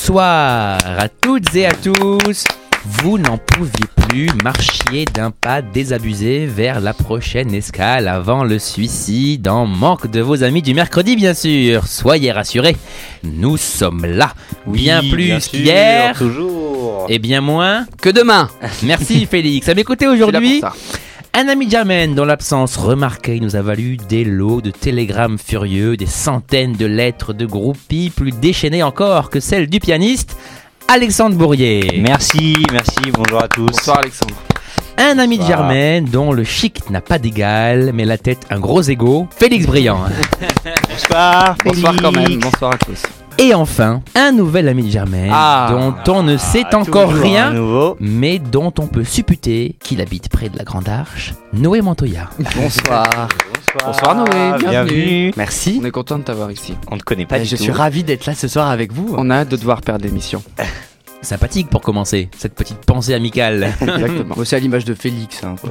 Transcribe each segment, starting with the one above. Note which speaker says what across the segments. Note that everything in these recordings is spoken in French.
Speaker 1: Bonsoir à toutes et à tous. Vous n'en pouviez plus, marchiez d'un pas désabusé vers la prochaine escale avant le suicide en manque de vos amis du mercredi bien sûr. Soyez rassurés, nous sommes là. Bien plus qu'hier
Speaker 2: Toujours.
Speaker 1: et bien moins.
Speaker 3: que demain.
Speaker 1: Merci Félix. À mes côtés aujourd'hui, un ami Jamen dont l'absence remarquée nous a valu des lots de télégrammes furieux, des centaines de lettres de groupies plus déchaînées encore que celles du pianiste Alexandre Bourrier.
Speaker 2: Merci, merci, bonjour à tous.
Speaker 3: Bonsoir Alexandre.
Speaker 1: Un ami de
Speaker 2: Bonsoir.
Speaker 1: Germaine dont le chic n'a pas d'égal, mais la tête un gros égo, Félix Briand.
Speaker 2: Bonsoir.
Speaker 3: Bonsoir quand même.
Speaker 2: Félix.
Speaker 3: Bonsoir à tous.
Speaker 1: Et enfin, un nouvel ami de Germaine
Speaker 3: Ah,
Speaker 1: dont on ne sait
Speaker 2: Ah,
Speaker 1: encore
Speaker 2: toujours un
Speaker 1: rien,
Speaker 2: nouveau.
Speaker 1: mais dont on peut supputer qu'il habite près de la Grande Arche, Noé Montoya.
Speaker 3: Bonsoir.
Speaker 2: Bonsoir.
Speaker 3: Bonsoir,
Speaker 2: Ah,
Speaker 3: Noé, bienvenue.
Speaker 4: Merci.
Speaker 3: On est content de t'avoir ici.
Speaker 2: On ne connaît pas
Speaker 4: Euh,
Speaker 2: du
Speaker 4: je
Speaker 2: tout.
Speaker 4: suis ravi d'être là ce soir avec vous.
Speaker 3: On a hâte de devoir perdre l'émission.
Speaker 1: Sympathique pour commencer, cette petite pensée amicale.
Speaker 3: Exactement.
Speaker 4: Bon, c'est à l'image de Félix. hein, quoi.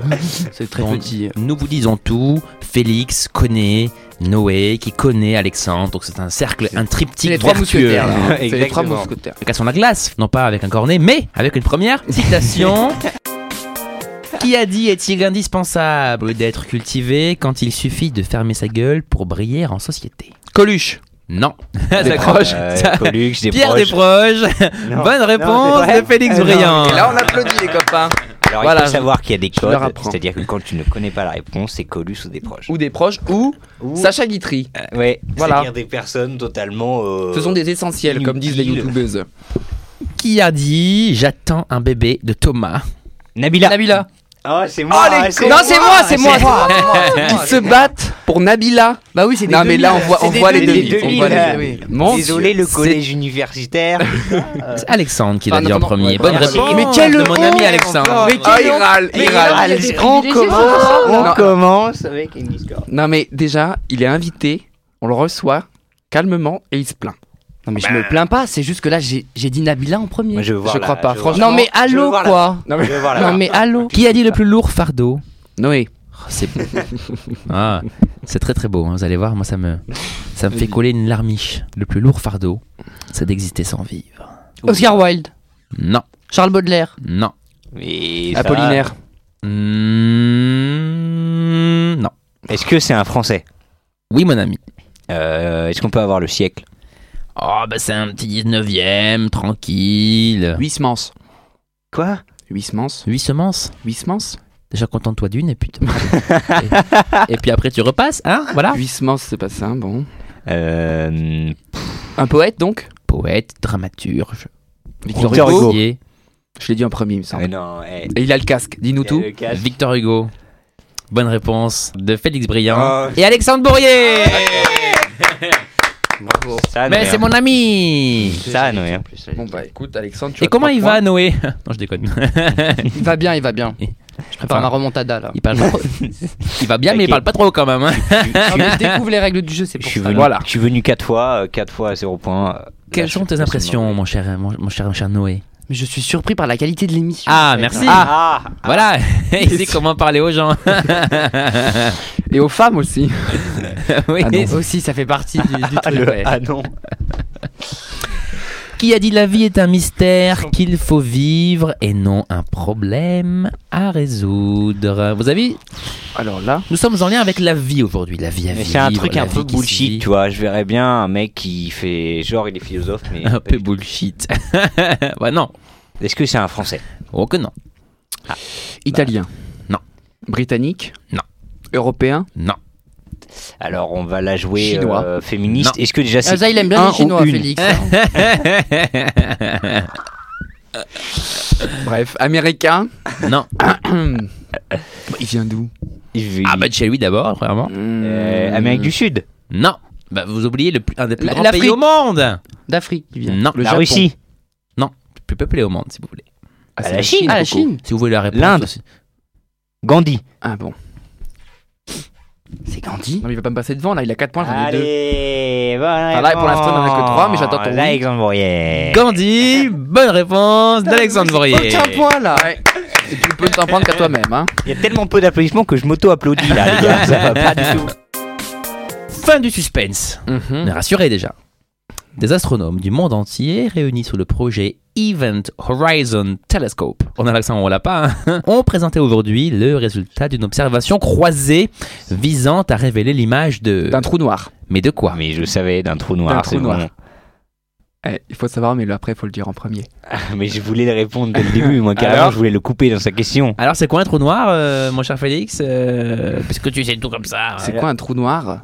Speaker 4: c'est très
Speaker 1: Bon.
Speaker 4: petit.
Speaker 1: Nous vous disons tout. Félix connaît Noé, qui connaît Alexandre. Donc c'est un cercle, un
Speaker 4: C'est
Speaker 1: triptyque
Speaker 4: les trois
Speaker 1: vertueux.
Speaker 4: mousquetaires. là.
Speaker 3: C'est les trois
Speaker 2: Exactement.
Speaker 3: mousquetaires.
Speaker 1: Cassons la glace, non pas avec un cornet, mais avec une première citation. Qui a dit est-il indispensable d'être cultivé quand il suffit de fermer sa gueule pour briller en société
Speaker 3: Coluche.
Speaker 1: Non, ça accroche.
Speaker 2: Euh,
Speaker 1: Ça-
Speaker 2: Coluche, des
Speaker 1: Pierre
Speaker 2: proches.
Speaker 1: Desproges,
Speaker 2: Non.
Speaker 1: bonne réponse
Speaker 2: Non, c'est vrai.
Speaker 1: de Félix
Speaker 2: Euh, non.
Speaker 1: Briand.
Speaker 3: Et là on applaudit les copains.
Speaker 2: Alors, il
Speaker 3: Voilà,
Speaker 2: faut
Speaker 3: je-
Speaker 2: savoir qu'il y a des
Speaker 3: leur
Speaker 2: codes,
Speaker 3: apprends.
Speaker 2: c'est-à-dire que quand tu ne connais pas la réponse, c'est Coluche ou des proches.
Speaker 3: Ou des proches ou
Speaker 2: Ou-
Speaker 3: Sacha Guitry.
Speaker 2: Euh, ouais,
Speaker 3: Voilà.
Speaker 2: c'est-à-dire des personnes totalement. euh,
Speaker 3: Ce sont des essentiels comme disent les
Speaker 2: inutile.
Speaker 3: youtubeuses.
Speaker 1: Qui a dit j'attends un bébé de Thomas
Speaker 2: Nabila.
Speaker 3: Nabila.
Speaker 2: Oh, c'est
Speaker 3: Oh,
Speaker 2: moi.
Speaker 3: les
Speaker 2: hein,
Speaker 3: cons. Non, c'est moi, c'est moi.
Speaker 4: c'est moi.
Speaker 3: Ils se battent pour Nabila.
Speaker 4: Bah oui, c'est des
Speaker 3: Non mais là on
Speaker 4: demi-heures.
Speaker 3: voit,
Speaker 4: C'est
Speaker 3: on
Speaker 4: des
Speaker 3: voit les
Speaker 4: demi-heures.
Speaker 2: demi-
Speaker 3: délires.
Speaker 2: demi-
Speaker 3: On voit les
Speaker 2: demi-
Speaker 3: délires.
Speaker 4: demi-
Speaker 3: Mon
Speaker 2: Désolé,
Speaker 3: Dieu, Oh,
Speaker 2: le collège universitaire.
Speaker 1: C'est Alexandre qui l'a
Speaker 3: Enfin,
Speaker 1: dit en
Speaker 3: non, non,
Speaker 1: premier.
Speaker 3: ouais,
Speaker 1: Bonne
Speaker 3: voilà.
Speaker 1: réponse
Speaker 4: Mais quel
Speaker 1: de mon ami
Speaker 4: honte
Speaker 1: Alexandre.
Speaker 4: encore.
Speaker 3: c'est- Ah, il râle,
Speaker 4: Mais
Speaker 3: il
Speaker 4: il
Speaker 3: râle.
Speaker 4: râle. il y a des
Speaker 2: on
Speaker 4: privilégiés,
Speaker 2: commence,
Speaker 4: ça
Speaker 2: Oh, on
Speaker 3: Oh, Non.
Speaker 2: commence avec une histoire.
Speaker 3: Non mais déjà, il est invité, on le reçoit calmement et il se plaint.
Speaker 4: Non mais je me plains pas, c'est juste que là j'ai j'ai dit Nabila en premier.
Speaker 2: Moi, je veux voir
Speaker 3: Je
Speaker 2: la-
Speaker 3: crois pas,
Speaker 2: veux
Speaker 3: franchement.
Speaker 2: voir-
Speaker 4: non mais
Speaker 2: je veux
Speaker 4: allô
Speaker 2: voir la-
Speaker 4: quoi.
Speaker 3: Non
Speaker 2: Je
Speaker 3: mais
Speaker 2: veux voir la-
Speaker 4: Non mais allô.
Speaker 1: Qui a dit le plus lourd fardeau
Speaker 3: Noé,
Speaker 1: Oh, C'est Ah, c'est très très beau. hein. Vous allez voir, moi ça me ça me fait coller une larmiche. Le plus lourd fardeau, c'est d'exister sans vivre.
Speaker 4: Oscar Wilde,
Speaker 1: Non,
Speaker 4: Charles Baudelaire,
Speaker 1: non,
Speaker 2: Mais ça-
Speaker 3: Apollinaire.
Speaker 1: Mm, non.
Speaker 2: Est-ce que c'est un français
Speaker 1: Oui, mon ami.
Speaker 2: Euh, Est-ce qu'on peut avoir le siècle
Speaker 1: Oh, bah c'est un petit 19ème, tranquille.
Speaker 3: Huysmans.
Speaker 2: Quoi
Speaker 3: Huysmans.
Speaker 1: Huit semences.
Speaker 3: Huysmans.
Speaker 1: Déjà contente-toi d'une et puis et, et puis après tu repasses, hein
Speaker 4: Ah.
Speaker 1: Voilà.
Speaker 3: Huysmans, c'est pas ça, bon.
Speaker 2: euh,
Speaker 3: Un poète donc
Speaker 1: Poète, dramaturge,
Speaker 2: Victor
Speaker 3: Victor Hugo.
Speaker 2: Hugo.
Speaker 1: romancier.
Speaker 3: Je l'ai dit en premier, il me semble.
Speaker 2: mais Non, eh,
Speaker 3: Et il a le casque, dis-nous tout.
Speaker 2: le cache.
Speaker 1: Victor Hugo. Bonne réponse de Félix Briand.
Speaker 2: Ah.
Speaker 1: Et Alexandre
Speaker 4: Ah,
Speaker 1: Bourrier
Speaker 2: Eh. Ça,
Speaker 1: Mais
Speaker 2: Noé,
Speaker 1: c'est mon ami
Speaker 2: Ça, Noé. hein.
Speaker 3: Bon bah écoute, Alexandre, tu
Speaker 1: Et
Speaker 3: as
Speaker 1: comment
Speaker 3: trois
Speaker 1: il
Speaker 3: points.
Speaker 1: va, Noé Non, je déconne.
Speaker 4: il va bien, il va bien.
Speaker 1: Je
Speaker 4: Enfin,
Speaker 1: prépare ma-
Speaker 4: ma remontada là.
Speaker 1: Il, parle pas trop. Il va bien, mais il
Speaker 2: Ok.
Speaker 1: parle pas trop quand même. hein.
Speaker 4: Non, mais je découvre les règles du jeu, c'est
Speaker 2: Je
Speaker 4: pour
Speaker 2: suis
Speaker 4: ça.
Speaker 2: venu,
Speaker 3: Voilà.
Speaker 2: je suis venu 4 fois, 4 fois à 0 points. euh, là,
Speaker 1: Quelles
Speaker 2: je
Speaker 1: sont
Speaker 2: suis
Speaker 1: tes
Speaker 2: passé
Speaker 1: impressions,
Speaker 2: mon-
Speaker 1: mon cher, mon, mon cher, mon cher Noé
Speaker 4: Mais je suis surpris par la qualité de l'émission.
Speaker 1: Ah,
Speaker 4: en fait.
Speaker 1: merci.
Speaker 4: Ah,
Speaker 2: Ah,
Speaker 1: Voilà, il sait comment parler aux gens.
Speaker 3: Et aux femmes aussi.
Speaker 1: Oui.
Speaker 4: Ah, non, aussi, ça fait partie du, du truc. ouais.
Speaker 2: ah non.
Speaker 1: Qui a dit la vie est un mystère qu'il faut vivre et non un problème à résoudre Vous avez
Speaker 3: Alors là,
Speaker 1: Nous sommes en lien avec la vie aujourd'hui, la vie à
Speaker 2: Mais
Speaker 1: vivre.
Speaker 2: c'est un truc
Speaker 1: la
Speaker 2: un peu
Speaker 1: vie qui se vit.
Speaker 2: bullshit, tu vois. Je verrais bien un mec qui fait genre il est philosophe, mais.
Speaker 1: Un
Speaker 2: pas
Speaker 1: peu
Speaker 2: du tout.
Speaker 1: bullshit. bah non,
Speaker 2: Est-ce que c'est un français
Speaker 1: oh que non.
Speaker 3: italien.
Speaker 1: non.
Speaker 3: Britannique.
Speaker 1: Non.
Speaker 3: Européen.
Speaker 1: Non,
Speaker 2: Alors on va la jouer
Speaker 3: Chinois.
Speaker 2: euh, féministe.
Speaker 1: Non.
Speaker 2: Est-ce que déjà
Speaker 4: Ah,
Speaker 2: c'est.
Speaker 4: ça, il aime bien
Speaker 3: Un
Speaker 4: les
Speaker 3: ou
Speaker 4: Chinois,
Speaker 3: une.
Speaker 4: Félix.
Speaker 1: Eh.
Speaker 4: hein.
Speaker 3: Bref, américain.
Speaker 1: non.
Speaker 3: il
Speaker 1: Bah,
Speaker 3: vient d'où
Speaker 2: Il-
Speaker 1: Ah bah de chez lui d'abord, vraiment.
Speaker 3: Hmm.
Speaker 2: Euh, Amérique du Sud,
Speaker 1: Non, bah vous oubliez le plus, un des plus
Speaker 4: L-
Speaker 1: grands
Speaker 4: l'Afrique.
Speaker 1: pays au monde.
Speaker 4: D'Afrique, il vient.
Speaker 1: Non,
Speaker 3: Le
Speaker 2: la
Speaker 3: Japon.
Speaker 2: Russie,
Speaker 1: le plus peuplé au monde si vous voulez.
Speaker 3: Ah,
Speaker 2: Ah,
Speaker 3: c'est
Speaker 2: la Chine.
Speaker 4: Ah, la
Speaker 3: Coco.
Speaker 4: Chine
Speaker 1: Si vous voulez la réponse.
Speaker 2: L'Inde.
Speaker 1: aussi.
Speaker 2: Gandhi.
Speaker 3: Ah bon.
Speaker 4: C'est Gandhi
Speaker 3: Non, mais il va pas me passer devant là, il a 4 points, j'en ai 2.
Speaker 2: Allez, voilà.
Speaker 3: Ah, là, pour l'instant, on en a que trois, mais j'attends ton oui.
Speaker 2: Alexandre Bourrier.
Speaker 1: Gandhi, bonne réponse d'Alexandre Bourrier.
Speaker 3: Aucun point là Et tu peux t'en prendre qu'à toi-même, hein.
Speaker 2: Il y a tellement peu d'applaudissements que je m'auto-applaudis là, les gars. Ça va pas du tout.
Speaker 1: Fin du suspense.
Speaker 3: Mhm.
Speaker 1: On est rassuré déjà. des astronomes du monde entier réunis sous le projet Event Horizon Telescope. On a l'accent, on l'a pas. hein ont présenté aujourd'hui le résultat d'une observation croisée visant à révéler l'image de.
Speaker 3: D'un trou noir.
Speaker 1: Mais de quoi
Speaker 2: Mais je le savais, d'un trou noir.
Speaker 3: D'un trou
Speaker 2: c'est
Speaker 3: noir. Eh, il faut savoir, mais le après, il faut le dire en premier.
Speaker 2: bon. Mais je voulais le répondre dès le début, moi, carrément,
Speaker 3: Alors
Speaker 2: je voulais le couper dans sa question.
Speaker 1: Alors, c'est quoi un trou noir, euh, mon cher Félix Euh, Parce que tu sais tout comme ça. hein.
Speaker 3: C'est quoi un trou noir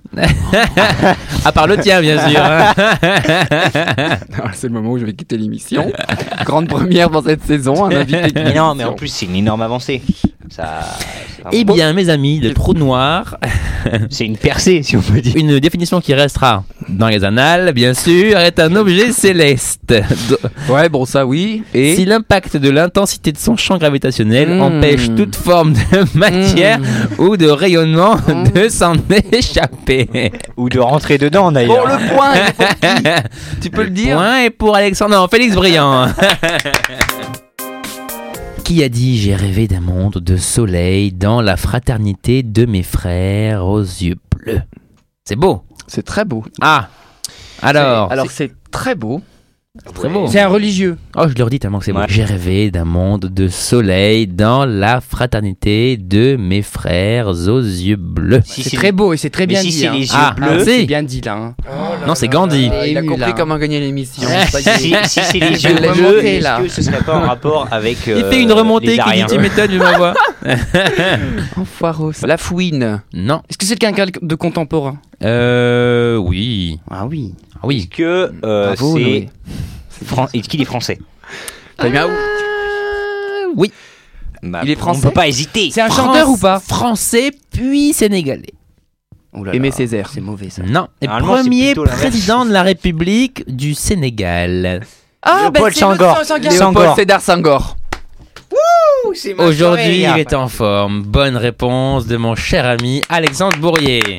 Speaker 1: À part le tien, bien sûr. hein.
Speaker 3: Alors, Ah, C'est le moment où je vais quitter l'émission. Grande première pour cette saison, un invité. qui-
Speaker 2: Mais non, mais en plus, c'est une énorme avancée. Ça, c'est vraiment-
Speaker 1: eh bien, mes amis, le trou noir,
Speaker 2: c'est une percée, si on peut dire.
Speaker 1: une définition qui restera dans les annales, bien sûr, est un objet céleste. Do-
Speaker 3: Ouais, bon, ça oui. Et.
Speaker 1: si l'impact de l'intensité de son champ gravitationnel
Speaker 3: Mmh.
Speaker 1: empêche toute forme de matière ou de rayonnement de s'en échapper.
Speaker 2: Ou de rentrer dedans, d'ailleurs.
Speaker 3: Bon, le point, il faut- tu peux le dire.
Speaker 1: Point est pour Alexandre, non, Félix Briand. Qui a dit j'ai rêvé d'un monde de soleil dans la fraternité de mes frères aux yeux bleus C'est beau.
Speaker 3: C'est très beau.
Speaker 1: Ah. Alors,
Speaker 3: Alors, c'est très beau.
Speaker 1: très beau.
Speaker 4: C'est un religieux.
Speaker 1: Oh, je leur dis tellement que c'est beau.
Speaker 2: Ouais.
Speaker 1: J'ai rêvé d'un monde de soleil dans la fraternité de mes frères aux yeux bleus.
Speaker 2: Si
Speaker 4: c'est très beau et c'est très
Speaker 2: Mais
Speaker 4: bien
Speaker 2: si
Speaker 4: dit.
Speaker 2: c'est
Speaker 4: hein.
Speaker 2: les yeux
Speaker 1: Ah,
Speaker 4: Ah,
Speaker 2: bleus,
Speaker 1: si.
Speaker 4: c'est bien dit là. hein. Eh
Speaker 1: non, c'est Gandhi.
Speaker 4: là.
Speaker 3: Ah,
Speaker 4: Ah,
Speaker 3: il a
Speaker 4: ému,
Speaker 3: compris comment gagner l'émission. Ça y est.
Speaker 2: si, si c'est les
Speaker 4: Je
Speaker 2: yeux
Speaker 4: l'ai
Speaker 2: bleus,
Speaker 4: remonté,
Speaker 2: est-ce
Speaker 4: là.
Speaker 2: que ce serait pas en rapport avec
Speaker 1: Il
Speaker 2: euh,
Speaker 1: fait une remontée
Speaker 2: les
Speaker 1: qui dit
Speaker 2: Ariens
Speaker 1: tu m'étonnes, je m'envoie.
Speaker 3: Enfoiros. La fouine.
Speaker 1: Non.
Speaker 4: Est-ce que c'est quelqu'un de contemporain
Speaker 1: Euh, oui.
Speaker 4: Ah oui.
Speaker 1: Ah Oui.
Speaker 2: que euh,
Speaker 4: Bravo,
Speaker 2: c'est
Speaker 4: Noé.
Speaker 2: Fran- est-ce qu'il est français
Speaker 4: Ah.
Speaker 3: T'as bien où
Speaker 1: Oui.
Speaker 2: Bah,
Speaker 3: Il est
Speaker 2: On
Speaker 3: français
Speaker 2: peut pas hésiter.
Speaker 4: C'est un
Speaker 1: Fran-
Speaker 4: chanteur ou pas
Speaker 1: Français puis sénégalais.
Speaker 4: Oh là
Speaker 3: Aimé
Speaker 4: là,
Speaker 3: Césaire.
Speaker 4: C'est mauvais ça.
Speaker 1: Non. Et
Speaker 2: Normalement, c'est
Speaker 1: premier
Speaker 2: plutôt l'inverse.
Speaker 1: président de la République du Sénégal.
Speaker 4: Ah,
Speaker 2: Léopold
Speaker 4: c'est l'autre
Speaker 2: Senghor.
Speaker 4: sens- sens-
Speaker 2: Léopold
Speaker 3: Léopold
Speaker 2: Sangor.
Speaker 3: Sédar Sangor.
Speaker 1: Aujourd'hui, il est en forme. Bonne réponse de mon cher ami Alexandre Bourrier.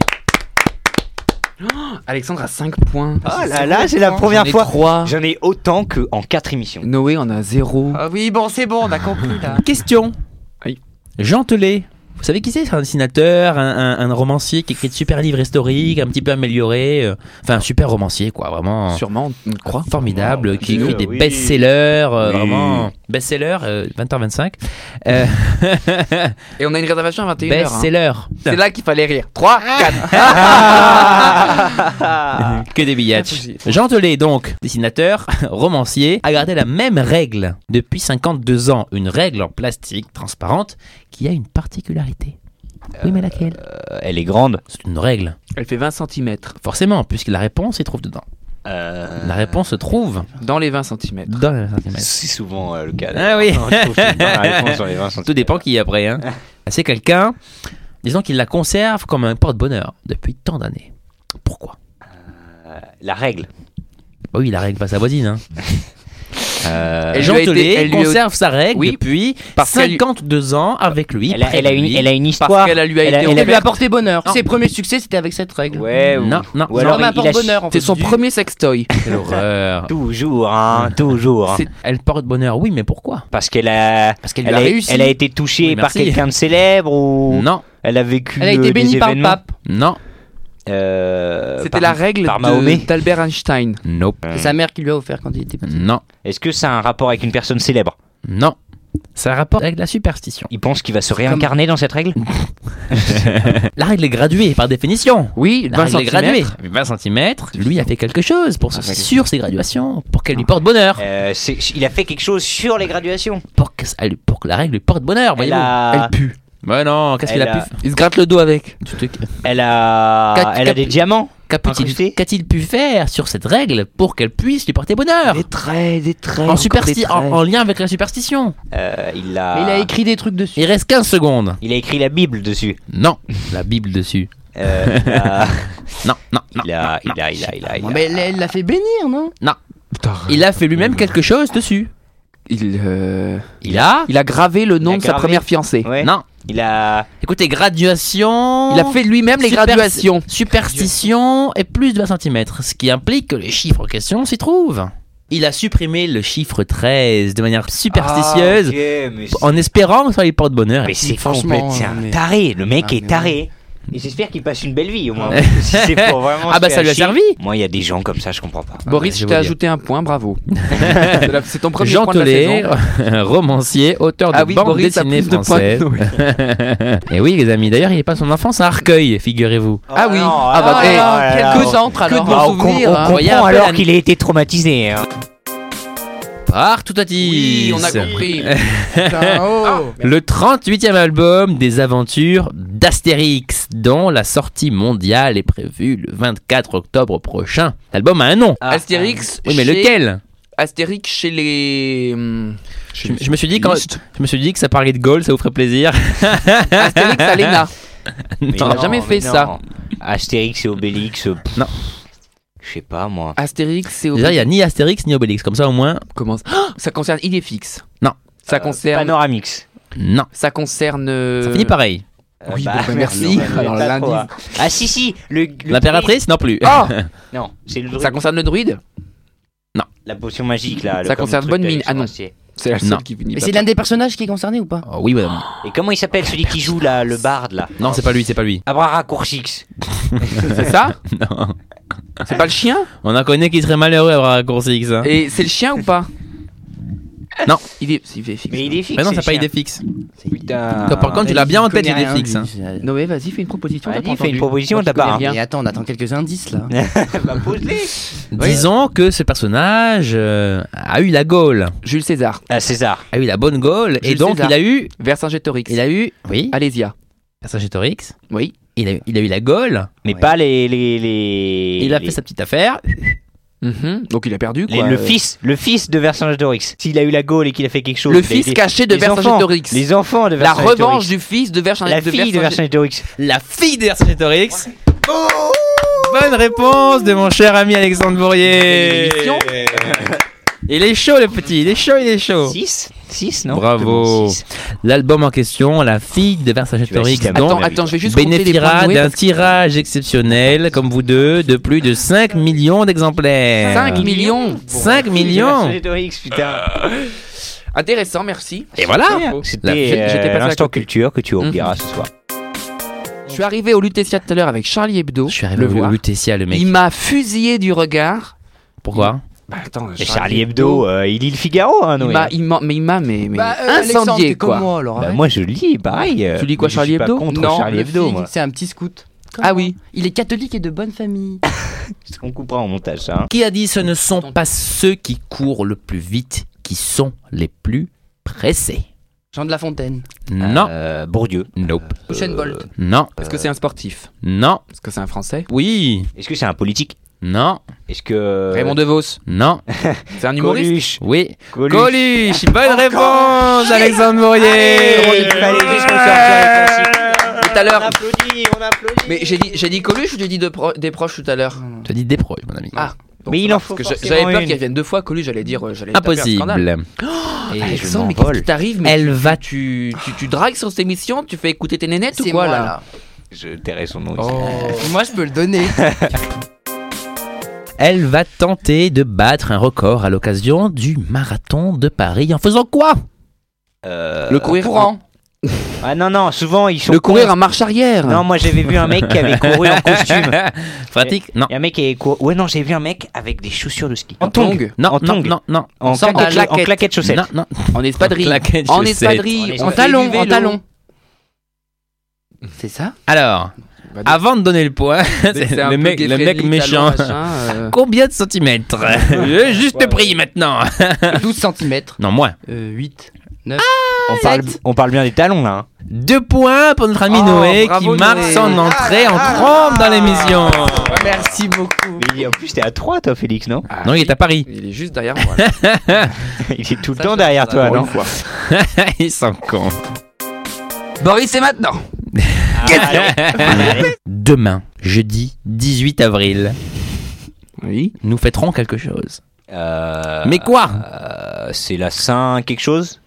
Speaker 3: Alexandre a 5 points.
Speaker 2: Oh là là, c'est la
Speaker 3: J'en
Speaker 2: première
Speaker 3: ai
Speaker 2: fois.
Speaker 3: trois.
Speaker 2: J'en ai autant que en quatre émissions.
Speaker 3: Noé en a 0.
Speaker 4: Ah oui, bon, c'est bon, on a compris là.
Speaker 1: Question.
Speaker 3: Oui.
Speaker 1: Jean Telet. Vous savez qui c'est C'est un dessinateur, un, un- un romancier qui écrit de super livres historiques, un petit peu amélioré. euh, Enfin, un super romancier, quoi, vraiment.
Speaker 3: Sûrement, on le croit.
Speaker 1: Formidable,
Speaker 2: Oh,
Speaker 1: qui
Speaker 2: Dieu,
Speaker 1: écrit des
Speaker 2: oui.
Speaker 1: best-sellers, euh,
Speaker 2: Oui.
Speaker 1: vraiment. Best-sellers, euh, 20h25. Euh,
Speaker 3: Et on a une hein. réservation à 21h.
Speaker 1: best-seller.
Speaker 3: C'est là qu'il fallait rire. 3,
Speaker 2: Ah.
Speaker 3: 4.
Speaker 1: que des
Speaker 3: Ah, faut
Speaker 1: billets.
Speaker 3: que j'y-
Speaker 1: Jean Telet, donc, dessinateur, romancier, a gardé la même règle depuis 52 ans. Une règle en plastique transparente qui a une particularité. Oui, mais laquelle
Speaker 2: Euh, Elle est grande.
Speaker 1: C'est une règle.
Speaker 3: Elle fait 20 cm.
Speaker 1: Forcément, puisque la réponse se trouve dedans.
Speaker 2: Euh,
Speaker 1: La réponse se trouve
Speaker 3: Dans les 20 cm.
Speaker 1: dans les centimètres.
Speaker 2: c'est souvent euh, le cas.
Speaker 1: Ah oui.
Speaker 2: On trouve souvent la réponse dans les Euh, 20
Speaker 1: Tout dépend qui après. Hein. C'est quelqu'un, disons qu'il la conserve comme un porte-bonheur depuis tant d'années. Pourquoi
Speaker 2: La règle.
Speaker 1: Bah Oui, la règle pas sa voisine. Hein.
Speaker 2: Euh,
Speaker 3: Elle
Speaker 1: Jean
Speaker 3: lui a été-
Speaker 1: Telet
Speaker 3: elle lui a-
Speaker 1: conserve sa règle
Speaker 3: Oui,
Speaker 1: depuis
Speaker 3: parce qu'elle lui-
Speaker 1: 52 ans avec lui.
Speaker 2: elle, a,
Speaker 1: près
Speaker 2: elle a
Speaker 1: de
Speaker 2: une,
Speaker 1: lui.
Speaker 2: elle a une histoire.
Speaker 3: Parce qu'elle a lui a
Speaker 2: Elle a-
Speaker 3: été
Speaker 2: elle
Speaker 4: Elle lui
Speaker 3: offerte.
Speaker 4: a porté bonheur.
Speaker 1: Non.
Speaker 4: Ses premiers succès, c'était avec cette règle.
Speaker 2: Ouais, ou-
Speaker 1: Non, non,
Speaker 2: ou
Speaker 1: non.
Speaker 2: alors
Speaker 4: Comme un
Speaker 2: il, il a
Speaker 4: porte-bonheur en fait.
Speaker 3: C'est son premier sextoy.
Speaker 1: Quelle horreur.
Speaker 2: toujours, hein, toujours. hein.
Speaker 3: C'est-
Speaker 1: Elle porte bonheur, oui, mais pourquoi
Speaker 2: Parce qu'elle a,
Speaker 4: Parce qu'elle
Speaker 2: elle,
Speaker 4: lui
Speaker 2: a,
Speaker 4: a réussi.
Speaker 2: elle a été touchée
Speaker 1: Oui,
Speaker 2: par
Speaker 1: merci.
Speaker 2: quelqu'un de célèbre ou
Speaker 1: Non,
Speaker 2: elle a vécu.
Speaker 4: Elle a été
Speaker 2: euh,
Speaker 4: bénie
Speaker 2: des
Speaker 4: par le
Speaker 2: événements.
Speaker 4: pape.
Speaker 1: non,
Speaker 2: Euh,
Speaker 3: C'était
Speaker 2: par-
Speaker 3: la règle
Speaker 2: par Mahomet.
Speaker 3: de- d'Albert Einstein.
Speaker 1: nope,
Speaker 4: C'est sa mère qui lui a offert quand il était petit.
Speaker 1: non,
Speaker 2: Est-ce que ça a un rapport avec une personne célèbre
Speaker 1: non. Ça rapporte avec la superstition.
Speaker 2: Il pense qu'il va se réincarner dans cette règle
Speaker 1: La règle est graduée par définition.
Speaker 3: Oui,
Speaker 1: La
Speaker 3: 20
Speaker 1: règle est
Speaker 3: cm.
Speaker 1: graduée. 20 cm, lui a fait quelque chose pour ce-
Speaker 2: Ah, ouais.
Speaker 1: sur ses graduations, pour qu'elle lui porte bonheur.
Speaker 2: Euh, c'est- Il a fait quelque chose sur les graduations.
Speaker 1: Pour que, ça lui- pour que la règle lui porte bonheur,
Speaker 2: Elle
Speaker 1: voyez-vous.
Speaker 2: a,
Speaker 3: pue.
Speaker 1: Mais non, qu'est-ce qu'il
Speaker 2: Elle
Speaker 1: a,
Speaker 2: a-
Speaker 1: pu
Speaker 3: Il se gratte le dos avec.
Speaker 1: tu te-
Speaker 2: elle a,
Speaker 1: Quatre-
Speaker 2: elle a
Speaker 1: quatre-
Speaker 2: des diamants.
Speaker 1: qu'a pu-t-il-
Speaker 2: Incrusté.
Speaker 1: Qu'a-t-il pu faire sur cette règle pour qu'elle puisse lui porter bonheur
Speaker 3: traits, des traits.
Speaker 1: en, supersti- en, en lien avec la superstition.
Speaker 2: Euh, il
Speaker 4: Mais
Speaker 2: a,
Speaker 4: il a écrit des trucs dessus.
Speaker 1: Il reste 15 secondes.
Speaker 2: il a écrit la Bible dessus.
Speaker 1: Non, la Bible dessus.
Speaker 2: Euh, il a-
Speaker 1: Non, non, non.
Speaker 2: il a, il a, il a, il a, il
Speaker 4: Ouais,
Speaker 2: a-
Speaker 4: mais elle- elle l'a fait bénir, non
Speaker 1: Il a fait lui-même quelque chose dessus.
Speaker 3: Il, euh,
Speaker 1: Il a.
Speaker 3: il a gravé le nom
Speaker 2: Il a
Speaker 3: de sa
Speaker 2: gravé.
Speaker 3: première fiancée.
Speaker 2: Ouais.
Speaker 1: Non.
Speaker 2: Il a,
Speaker 1: Écoutez, graduation.
Speaker 3: Il a fait lui-même les
Speaker 1: Super-
Speaker 3: graduations.
Speaker 1: Superstition et plus de 20 cm, ce qui implique que les chiffres en question s'y trouvent. Il a supprimé le chiffre 13 de manière superstitieuse
Speaker 2: Ah, ok, mais c'est-
Speaker 1: en espérant que ça lui porte bonheur.
Speaker 2: mais c'est
Speaker 4: franchement,
Speaker 2: complètement c'est un
Speaker 4: mais-
Speaker 2: taré. Le mec
Speaker 4: Ah,
Speaker 2: est
Speaker 4: mais
Speaker 2: taré. Et j'espère qu'il passe une belle vie au moins. parce que si c'est pour vraiment
Speaker 1: Ah
Speaker 2: se
Speaker 1: bah
Speaker 2: faire
Speaker 1: ça lui a
Speaker 2: chier-
Speaker 1: servi
Speaker 2: Moi, il y a des gens comme ça, je comprends pas.
Speaker 3: Boris,
Speaker 1: je
Speaker 3: bah, je
Speaker 1: vous
Speaker 3: t'ai
Speaker 1: dis.
Speaker 3: ajouté un point, bravo. C'est la- C'est ton premier
Speaker 1: Jean
Speaker 3: point de la
Speaker 1: Tellet,
Speaker 3: saison.
Speaker 1: romancier, auteur de
Speaker 3: Ah oui,
Speaker 1: bande
Speaker 3: Boris a
Speaker 1: dessinée
Speaker 3: plus de points que
Speaker 1: française. Et Eh oui, les amis, d'ailleurs, il est pas son enfance à Arcueil, figurez-vous.
Speaker 3: Ah oui.
Speaker 2: non,
Speaker 3: Ah bah,
Speaker 2: non,
Speaker 3: eh,
Speaker 2: ah là là.
Speaker 4: Que centre alors
Speaker 2: Ah, on, com- on
Speaker 4: hein.
Speaker 1: Voyez un
Speaker 2: comprend
Speaker 1: peu
Speaker 2: alors
Speaker 1: la-
Speaker 2: qu'il a été traumatisé. hein.
Speaker 1: Par tout à
Speaker 3: Oui, on a compris. Putain, oh.
Speaker 1: Le 38e album des aventures d'Astérix, dont la sortie mondiale est prévue le 24 octobre prochain. L'album a un nom.
Speaker 3: Ah, Astérix.
Speaker 1: Oui, mais
Speaker 3: chez-
Speaker 1: lequel
Speaker 3: Astérix chez les. hum,
Speaker 1: je, je me suis dit quand, je me suis dit que ça parlait de Gaulle, ça vous ferait plaisir.
Speaker 3: Astérix à
Speaker 1: Non.
Speaker 3: l'ENA.
Speaker 2: Ah, Mais
Speaker 3: on a jamais
Speaker 2: mais
Speaker 3: fait
Speaker 2: non.
Speaker 3: ça.
Speaker 2: Astérix et Obélix. euh, pff,
Speaker 1: Non.
Speaker 2: Je sais pas moi.
Speaker 3: Astérix, c'est au.
Speaker 1: Déjà, il n'y a ni Astérix ni Obélix, comme ça au moins.
Speaker 3: Comment Ah, Ça concerne Idéfix.
Speaker 1: Non.
Speaker 3: Ça
Speaker 2: Euh,
Speaker 3: concerne.
Speaker 2: Panoramix.
Speaker 1: Non,
Speaker 3: Ça concerne.
Speaker 1: ça finit pareil.
Speaker 2: Euh,
Speaker 3: Oui, bon, bah, merci.
Speaker 2: non, mais
Speaker 3: Alors,
Speaker 2: pas trop,
Speaker 3: l'indice.
Speaker 2: hein. Ah si si. le- le
Speaker 1: L'impératrice non plus.
Speaker 3: Ah
Speaker 2: druide. Non, c'est le druide.
Speaker 3: Ça concerne le druide
Speaker 2: La potion magique là. le-
Speaker 3: Ça
Speaker 2: comme le
Speaker 3: concerne
Speaker 2: truc euh,
Speaker 3: Bonne
Speaker 2: avec
Speaker 3: Mine.
Speaker 2: son
Speaker 3: Ah non.
Speaker 2: acier.
Speaker 3: C'est la
Speaker 1: Non.
Speaker 3: seule qui finit.
Speaker 4: Mais
Speaker 3: pas
Speaker 4: c'est
Speaker 3: par-
Speaker 4: l'un des personnages qui est concerné ou pas
Speaker 1: Oh oui, madame.
Speaker 2: Et comment il s'appelle celui qui joue là, le barde là
Speaker 1: Non, c'est pas lui, c'est pas lui.
Speaker 2: Abrara Courchix.
Speaker 3: C'est ça
Speaker 1: Non.
Speaker 3: C'est pas le chien
Speaker 1: On en connaît qui serait malheureux à avoir un course X. hein.
Speaker 3: Et c'est le chien ou pas
Speaker 1: Non.
Speaker 3: Il est, il est fixe.
Speaker 2: Mais il est fixe.
Speaker 1: Mais non,
Speaker 2: c'est
Speaker 1: c'est pas
Speaker 2: le chien.
Speaker 1: Idéfix.
Speaker 2: Putain.
Speaker 1: Toi, par contre, tu l'as bien en tête, Idéfix. hein.
Speaker 3: Noé, vas-y, fais une proposition.
Speaker 4: Bah,
Speaker 2: Vas-y,
Speaker 3: t'as pas
Speaker 2: fais une
Speaker 3: entendu.
Speaker 2: proposition,
Speaker 3: Moi, je
Speaker 2: t'as pas,
Speaker 3: connais
Speaker 2: hein.
Speaker 3: rien.
Speaker 4: Mais attends, on attend quelques indices là.
Speaker 2: Bah, pose-les.
Speaker 3: Oui.
Speaker 1: Disons que ce personnage euh, a eu la Gaule,
Speaker 3: Jules César,
Speaker 2: Ah, César.
Speaker 1: a eu la bonne Gaule, et
Speaker 3: Jules
Speaker 1: donc
Speaker 3: César.
Speaker 1: il a eu,
Speaker 3: Vercingétorix,
Speaker 1: il a eu, oui,
Speaker 3: Alésia.
Speaker 1: Vercingétorix,
Speaker 3: Oui.
Speaker 1: il a, eu- il a eu la Gaule,
Speaker 2: Mais
Speaker 4: Ouais.
Speaker 2: pas les. les, les
Speaker 1: il a fait
Speaker 2: les-
Speaker 1: sa petite affaire,
Speaker 3: Mhm. Donc il a perdu
Speaker 2: les-
Speaker 3: quoi.
Speaker 2: le
Speaker 3: Euh,
Speaker 2: fils, le fils de Vercingétorix. S'il a eu la gaule et qu'il a fait quelque chose.
Speaker 3: Le
Speaker 2: il a
Speaker 3: fils
Speaker 2: été-
Speaker 3: caché de
Speaker 2: Les enfants,
Speaker 3: Vercingétorix.
Speaker 2: Les enfants de
Speaker 3: La
Speaker 2: Vercingétorix.
Speaker 3: revanche du fils de
Speaker 2: La
Speaker 3: Vercingétorix.
Speaker 2: fille de Vercingétorix.
Speaker 1: la fille de Vercingétorix. Oh Bonne réponse de mon cher ami Alexandre Bourrier.
Speaker 3: L'émission.
Speaker 1: Il est chaud le petit, il est chaud, il est chaud.
Speaker 2: 6 6 non
Speaker 1: Bravo.
Speaker 2: Exactement, six.
Speaker 1: L'album en question, la fille de Vercingétorix,
Speaker 2: Tu vas
Speaker 1: dont
Speaker 3: Attends,
Speaker 2: Attends,
Speaker 3: attends, je vais juste compter les points
Speaker 1: bénéficiera
Speaker 3: de Noé.
Speaker 1: d'un tirage exceptionnel, comme vous deux, de plus de 5 millions d'exemplaires.
Speaker 2: Ah.
Speaker 3: 5 millions.
Speaker 1: 5
Speaker 2: Fille de
Speaker 1: millions
Speaker 2: Vercingétorix, putain.
Speaker 3: Intéressant, merci.
Speaker 1: Et voilà
Speaker 3: Bravo.
Speaker 1: La fille-
Speaker 2: C'était euh,
Speaker 3: j'étais passé à
Speaker 2: l'instant
Speaker 3: côté.
Speaker 2: culture que tu oublieras ce soir.
Speaker 3: Je suis arrivé au Lutetia tout à l'heure avec Charlie Hebdo.
Speaker 1: Je suis arrivé
Speaker 3: le
Speaker 1: au
Speaker 3: voir.
Speaker 1: Lutetia, le mec.
Speaker 3: Il m'a fusillé du regard.
Speaker 1: Pourquoi
Speaker 3: Bah attends,
Speaker 2: Et Charlie Hebdo, euh, il lit le Figaro, hein,
Speaker 3: Il
Speaker 2: Noé.
Speaker 3: m'a, il m'a, mais il m'a, mais, mais
Speaker 4: Bah, euh, Alexandre,
Speaker 3: incendié
Speaker 4: t'es
Speaker 3: quoi.
Speaker 4: Comme moi, alors,
Speaker 2: Bah,
Speaker 4: arrête.
Speaker 2: moi je lis, pareil. euh,
Speaker 3: Tu lis quoi,
Speaker 2: mais je
Speaker 3: Charlie
Speaker 2: suis pas
Speaker 3: Hebdo
Speaker 2: contre
Speaker 3: Non,
Speaker 2: Charlie
Speaker 4: Le
Speaker 2: Hebdo,
Speaker 4: fils,
Speaker 2: moi.
Speaker 4: C'est un petit scout.
Speaker 3: Ah oui.
Speaker 4: Il est catholique et de bonne famille.
Speaker 2: On coupera en montage ça. hein.
Speaker 1: Qui a dit ce ne sont pas ceux qui courent le plus vite qui sont les plus pressés
Speaker 4: Jean de la Fontaine.
Speaker 1: Non.
Speaker 2: Euh, Bourdieu.
Speaker 1: Nope.
Speaker 4: Usain Bolt.
Speaker 1: Non.
Speaker 3: Est-ce que c'est un sportif
Speaker 1: Non.
Speaker 3: Est-ce que c'est un Français
Speaker 1: Oui.
Speaker 2: Est-ce que c'est un politique
Speaker 1: Non.
Speaker 2: Est-ce que.
Speaker 3: Raymond DeVos.
Speaker 1: Non.
Speaker 3: C'est un humoriste.
Speaker 2: Coluche.
Speaker 1: Oui.
Speaker 2: Coluche.
Speaker 1: Coluche Bonne réponse, Alexandre Bourrier
Speaker 2: Il fallait juste qu'on sorte sur les classiques.
Speaker 3: Tout à l'heure.
Speaker 2: On applaudit, on applaudit.
Speaker 3: Mais j'ai dit, j'ai dit Coluche ou j'ai dit de pro- des proches tout à l'heure
Speaker 1: Je te dis des proches, mon ami.
Speaker 3: Ah, Donc,
Speaker 2: Mais il
Speaker 3: ça
Speaker 2: en
Speaker 3: va,
Speaker 2: faut
Speaker 3: parce que j'a-
Speaker 2: forcément
Speaker 3: J'avais peur
Speaker 2: une.
Speaker 3: qu'elle vienne deux fois Coluche, j'allais dire, euh, j'allais taper un scandale. Oh,
Speaker 1: Impossible.
Speaker 3: Ah,
Speaker 1: Ah,
Speaker 2: Et je
Speaker 3: Alexandre, mais qu'est-ce
Speaker 2: m'envole.
Speaker 3: qui t'arrive mais
Speaker 1: Elle va tu.
Speaker 3: tu, tu, tu dragues sur cette émission Tu fais écouter tes nénettes ou
Speaker 4: C'est
Speaker 3: quoi
Speaker 4: moi,
Speaker 3: là Oh.
Speaker 4: là.
Speaker 2: Je tairai son nom.
Speaker 4: Moi, je peux le donner.
Speaker 1: Elle va tenter de battre un record à l'occasion du marathon de Paris en faisant quoi
Speaker 2: Euh,
Speaker 3: Le courir
Speaker 4: Courant.
Speaker 2: Ah non, non, souvent ils sont.
Speaker 3: Le courir
Speaker 2: cons.
Speaker 3: en marche arrière
Speaker 2: Non, moi j'avais vu un mec qui avait couru en costume.
Speaker 1: Pratique Non.
Speaker 2: Il y a un mec qui avait couru. Ouais, non, j'ai vu un mec avec des chaussures de ski.
Speaker 3: En tongue
Speaker 1: Non,
Speaker 2: En
Speaker 1: non,
Speaker 2: tongue.
Speaker 1: non, non.
Speaker 2: En
Speaker 1: Sans-
Speaker 2: claquettes,
Speaker 3: en
Speaker 2: en claquettes chaussettes.
Speaker 1: Non, non.
Speaker 3: En espadrille
Speaker 1: En claquettes,
Speaker 3: En
Speaker 1: chaussettes.
Speaker 2: En
Speaker 3: espadrille
Speaker 2: espadrille.
Speaker 3: On
Speaker 4: En
Speaker 3: fait
Speaker 4: talon,
Speaker 3: du
Speaker 4: en
Speaker 3: vélo.
Speaker 4: talon. C'est ça
Speaker 1: Alors,
Speaker 3: Bah, donc,
Speaker 1: avant de donner le point,
Speaker 3: c'est
Speaker 1: le
Speaker 3: un peu
Speaker 1: mec, le
Speaker 3: Gayfried
Speaker 1: mec
Speaker 3: Little,
Speaker 1: méchant.
Speaker 3: machin, euh,
Speaker 1: Combien de centimètres Le Juste prix maintenant.
Speaker 4: 12 cm.
Speaker 1: Non, moins.
Speaker 4: 8. Ah,
Speaker 2: On parle, on parle bien des talons là. hein.
Speaker 1: Deux points pour notre ami
Speaker 3: Oh,
Speaker 1: Noé qui
Speaker 3: bravo,
Speaker 1: marque
Speaker 3: Noé.
Speaker 1: son entrée en trompe dans l'émission.
Speaker 4: Merci beaucoup.
Speaker 2: Mais en plus, t'es à 3 toi, Félix, non
Speaker 1: Non, il est à Paris.
Speaker 3: Il est juste derrière moi. là.
Speaker 2: Il est tout le
Speaker 4: Ça,
Speaker 2: temps
Speaker 4: je-
Speaker 2: derrière
Speaker 4: ça,
Speaker 2: toi,
Speaker 4: pour
Speaker 2: non
Speaker 1: Ils sont cons.
Speaker 3: Boris, c'est maintenant
Speaker 1: Demain, jeudi 18 avril,
Speaker 3: Oui.
Speaker 1: nous fêterons quelque chose.
Speaker 2: Euh,
Speaker 1: Mais quoi
Speaker 2: euh, C'est la Saint quelque chose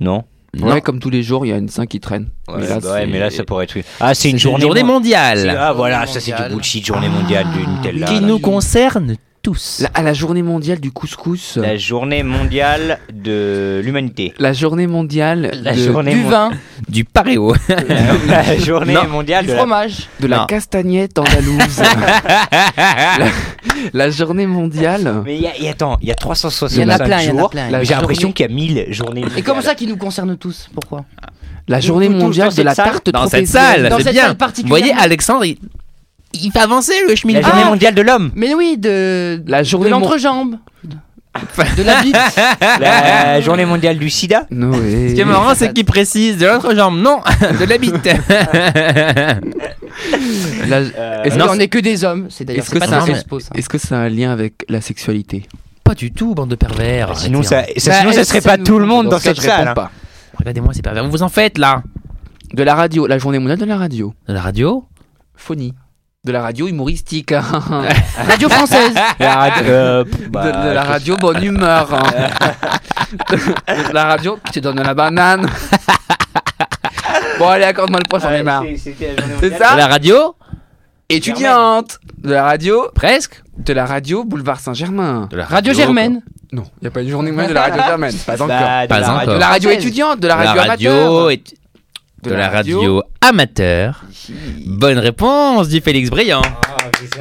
Speaker 2: Non
Speaker 1: Non.
Speaker 3: Ouais, comme tous les jours, il y a une 5 qui traîne.
Speaker 2: Ouais,
Speaker 3: là,
Speaker 2: bah ouais,
Speaker 3: c'est-
Speaker 2: mais là, ça pourrait être. Ah, c'est
Speaker 1: C'est
Speaker 2: une
Speaker 1: une
Speaker 2: journée,
Speaker 1: journée
Speaker 2: mon-
Speaker 1: mondiale
Speaker 2: Ah, voilà, ça c'est du
Speaker 4: mondiale.
Speaker 2: bullshit, journée mondiale d'une telle là.
Speaker 1: qui nous concerne tous.
Speaker 3: La- à la journée mondiale du couscous. La,
Speaker 2: La journée mondiale de l'humanité.
Speaker 3: journée mondiale
Speaker 2: La
Speaker 3: de,
Speaker 2: journée
Speaker 4: Du
Speaker 2: mon-
Speaker 4: vin,
Speaker 1: Du paréo.
Speaker 2: la journée
Speaker 1: Non.
Speaker 2: mondiale de
Speaker 4: du
Speaker 2: la-
Speaker 4: fromage.
Speaker 3: de la
Speaker 1: Non.
Speaker 3: castagnette andalouse. la, la journée mondiale.
Speaker 2: Mais il y a- et attends, il y a 365
Speaker 4: Il y en a plein, il y en a
Speaker 2: jours.
Speaker 4: plein.
Speaker 3: La-
Speaker 2: J'ai l'impression
Speaker 4: journée-
Speaker 2: qu'il y a 1000 journées.
Speaker 4: Et
Speaker 2: mondiales.
Speaker 4: comment ça qui nous concerne tous Pourquoi
Speaker 3: La journée
Speaker 2: Nous, tous,
Speaker 3: mondiale
Speaker 2: dans
Speaker 3: de la
Speaker 2: cette salle,
Speaker 3: tarte
Speaker 1: Dans cette
Speaker 3: tropézienne.
Speaker 1: salle,
Speaker 4: Dans
Speaker 1: c'est
Speaker 4: cette
Speaker 1: bien.
Speaker 4: salle
Speaker 1: Vous
Speaker 4: particulière.
Speaker 1: voyez, Alexandre, il, il fait avancer le chemin.
Speaker 2: La journée
Speaker 4: Ah
Speaker 2: mondiale de l'homme.
Speaker 4: Mais oui, de,
Speaker 3: La
Speaker 4: de
Speaker 3: journée mon-
Speaker 4: l'entrejambe. De la bite.
Speaker 1: Ah.
Speaker 2: La journée mondiale du sida.
Speaker 3: Noé.
Speaker 1: Ce qui est marrant, c'est qu'il précise de l'autre jambe, non, de la bite.
Speaker 3: La-
Speaker 4: Est-ce
Speaker 3: Non,
Speaker 4: qu'on n'est que des hommes C'est d'ailleurs
Speaker 3: Est-ce
Speaker 4: c'est
Speaker 3: que
Speaker 4: pas
Speaker 1: ça-
Speaker 4: très
Speaker 1: mais-
Speaker 4: expo, ça.
Speaker 3: Est-ce que ça a un lien avec la sexualité
Speaker 1: pas du tout, bande de pervers.
Speaker 2: Sinon,
Speaker 1: Arrêtez,
Speaker 2: ça,
Speaker 1: hein.
Speaker 2: ça-
Speaker 4: Bah,
Speaker 2: sinon, ça
Speaker 4: est-ce
Speaker 2: serait
Speaker 4: que ça
Speaker 2: pas
Speaker 4: nous-
Speaker 2: tout le
Speaker 4: dans
Speaker 2: monde dans
Speaker 3: ce cas,
Speaker 2: cette
Speaker 3: je réponds
Speaker 2: salle. hein.
Speaker 3: pas.
Speaker 1: Regardez-moi ces pervers. Vous vous en faites là.
Speaker 3: De la radio, la journée mondiale de la radio.
Speaker 1: La radio.
Speaker 3: Phonie. De la radio humoristique.
Speaker 4: Radio française.
Speaker 2: La radio- euh,
Speaker 3: de,
Speaker 2: bah,
Speaker 3: de la radio bonne humeur. hein. de, de la radio qui te donne la banane. bon, allez, accorde-moi le point, j'en ai marre.
Speaker 2: c'est- c'était la journée
Speaker 3: C'est
Speaker 2: mondiale.
Speaker 3: ça
Speaker 1: La radio.
Speaker 3: Étudiante De la radio
Speaker 1: Presque.
Speaker 3: De la radio Boulevard Saint-Germain.
Speaker 1: De la
Speaker 4: Radio Germaine.
Speaker 3: Non, il n'y a pas une journée mondiale de la radio germaine. Pas encore.
Speaker 2: Bah, de
Speaker 1: Pas
Speaker 2: la radio-
Speaker 3: de
Speaker 1: encore.
Speaker 3: la radio
Speaker 4: Française.
Speaker 3: étudiante, de la
Speaker 1: La
Speaker 3: radio,
Speaker 1: radio.
Speaker 3: amateur.
Speaker 1: est- De la radio amateur. Bonne réponse du Félix Briand.